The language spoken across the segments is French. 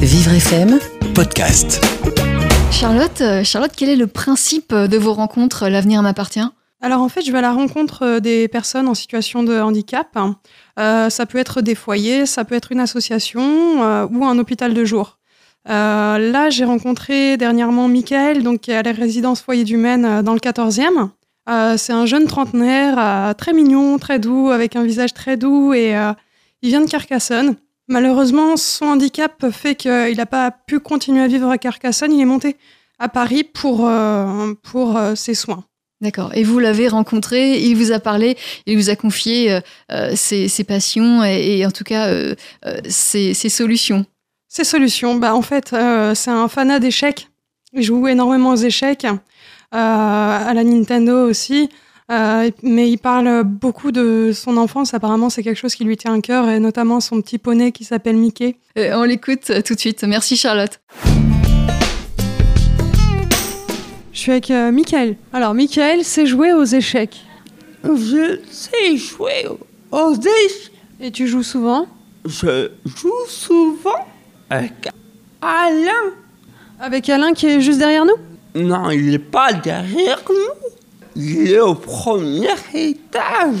Vivre FM, podcast. Charlotte, euh, Charlotte, quel est le principe de vos rencontres euh, L'avenir m'appartient Alors en fait, je vais à la rencontre euh, des personnes en situation de handicap. Euh, ça peut être des foyers, ça peut être une association euh, ou un hôpital de jour. Euh, là, j'ai rencontré dernièrement Michael, donc, qui est à la résidence foyer du Maine euh, dans le 14e. Euh, c'est un jeune trentenaire euh, très mignon, très doux, avec un visage très doux et euh, il vient de Carcassonne. Malheureusement, son handicap fait qu'il n'a pas pu continuer à vivre à Carcassonne. Il est monté à Paris pour, euh, pour euh, ses soins. D'accord. Et vous l'avez rencontré, il vous a parlé, il vous a confié euh, euh, ses, ses passions et, et en tout cas euh, euh, ses, ses solutions. Ces solutions, bah, en fait, euh, c'est un fanat d'échecs. Il joue énormément aux échecs, euh, à la Nintendo aussi. Euh, mais il parle beaucoup de son enfance. Apparemment, c'est quelque chose qui lui tient à cœur, et notamment son petit poney qui s'appelle Mickey. Euh, on l'écoute euh, tout de suite. Merci Charlotte. Je suis avec euh, Michael. Alors, Michael sait jouer aux échecs. Je sais jouer aux échecs. Et tu joues souvent Je joue souvent avec Alain. Avec Alain qui est juste derrière nous Non, il n'est pas derrière nous. Il est au premier étage.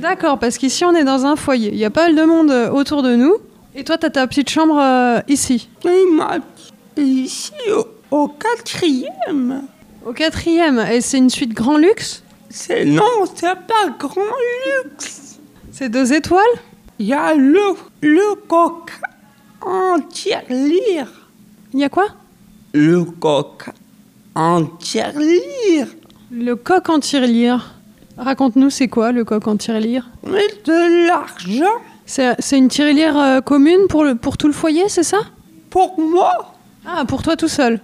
D'accord, parce qu'ici, on est dans un foyer. Il y a pas mal de monde euh, autour de nous. Et toi, t'as ta petite chambre euh, ici, Il m'a dit ici au, au quatrième. au quatrième. Et c'est une suite grand luxe C'est non, c'est pas grand luxe. C'est deux étoiles Il y a le, le coq anti-lire. Il y a quoi Le coq anti-lire. Le coq en tirelire. Raconte-nous, c'est quoi le coq en tirelire Mais de l'argent C'est c'est une tirelire euh, commune pour, le, pour tout le foyer, c'est ça pour moi. Ah, pour toi tout seul.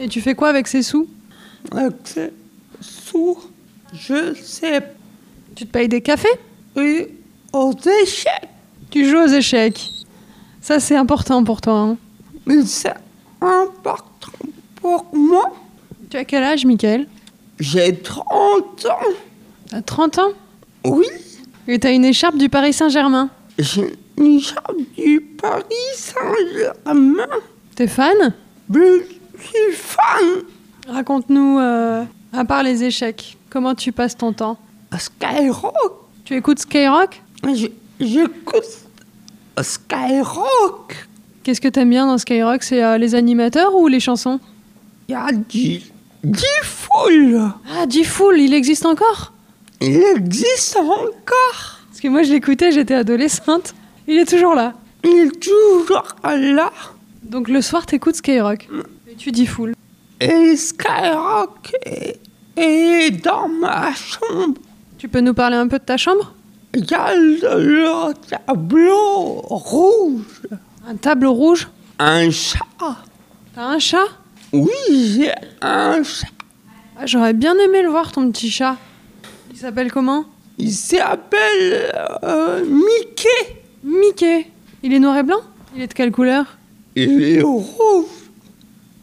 Et tu fais quoi avec ces sous Accès sourd, euh, je sais Tu te payes des cafés plus aux échecs, Tu joues aux échecs. Ça, c'est important pour toi. hein. mais c'est important pour moi. Tu as quel âge, Michael J'ai 30 ans, T'as 30 ans oui, Et t'as une écharpe du Paris Saint-Germain. j'ai une jambe du Paris Saint-Germain. T'es fan Je suis fan Raconte-nous, euh, à part les échecs, comment tu passes ton temps Skyrock, Tu écoutes Skyrock Je- j'écoute Skyrock. Qu'est-ce que t'aimes bien dans Skyrock C'est euh, les animateurs ou les chansons Il y a du, du foule, Ah, D-Fool, il existe encore il existe encore. Parce que moi, je l'écoutais, j'étais adolescente. Il est toujours là. Il est toujours là. Donc le soir, t'écoutes Skyrock. Et tu dis full. Et Skyrock est, est dans ma chambre. Tu peux nous parler un peu de ta chambre Il y a le, le tableau rouge. Un tableau rouge Un chat. T'as un chat Oui, j'ai un chat. Ah, J'aurais bien aimé le voir, ton petit chat. Il s'appelle comment Il s'appelle euh, Mickey. Mickey. Il est noir et blanc Il est de quelle couleur Il est rouge.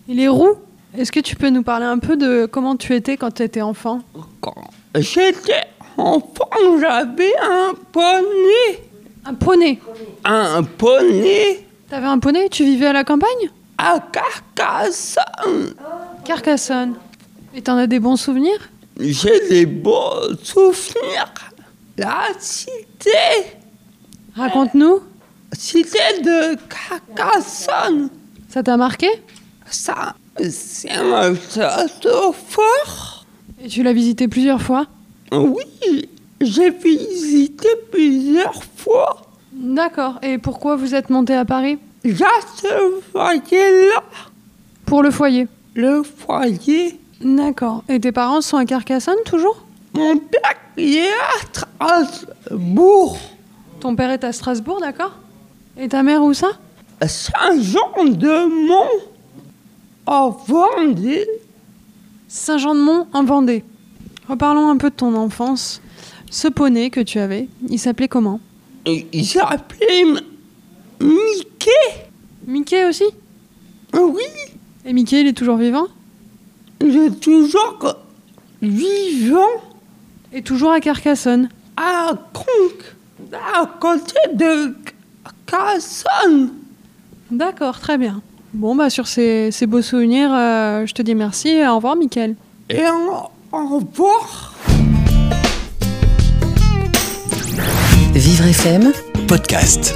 Il est roux. Est-ce que tu peux nous parler un peu de comment tu étais quand tu étais enfant Quand j'étais enfant, j'avais un poney. Un poney. Un poney T'avais un poney Tu vivais à la campagne à Carcassonne. Carcassonne. Et t'en as des bons souvenirs J'ai des beaux souvenirs. La cité, Raconte-nous. cité de Carcassonne, Ça t'a marqué ça, c'est un château fort. Et tu l'as visité plusieurs fois Oui, j'ai visité plusieurs fois. D'accord. Et pourquoi vous êtes monté à Paris Là, ce foyer-là, Pour le foyer. le foyer, D'accord. Et tes parents sont à Carcassonne toujours mon père il est à Strasbourg, Ton père est à Strasbourg, d'accord Et ta mère où ça Saint-Jean-de-Mont, en Vendée. Saint-Jean-de-Mont en Vendée. Reparlons un peu de ton enfance. Ce poney que tu avais, il s'appelait comment Et Il s'appelait M- Mickey. Mickey aussi Oui, Et Mickey, il est toujours vivant il est toujours vivant Et toujours à Carcassonne. à Conques, à côté de Cassonne. D'accord, très bien. Bon, bah, sur ces, ces beaux souvenirs, euh, je te dis merci et au revoir, Mickaël. Et au au revoir. Vivre FM podcast.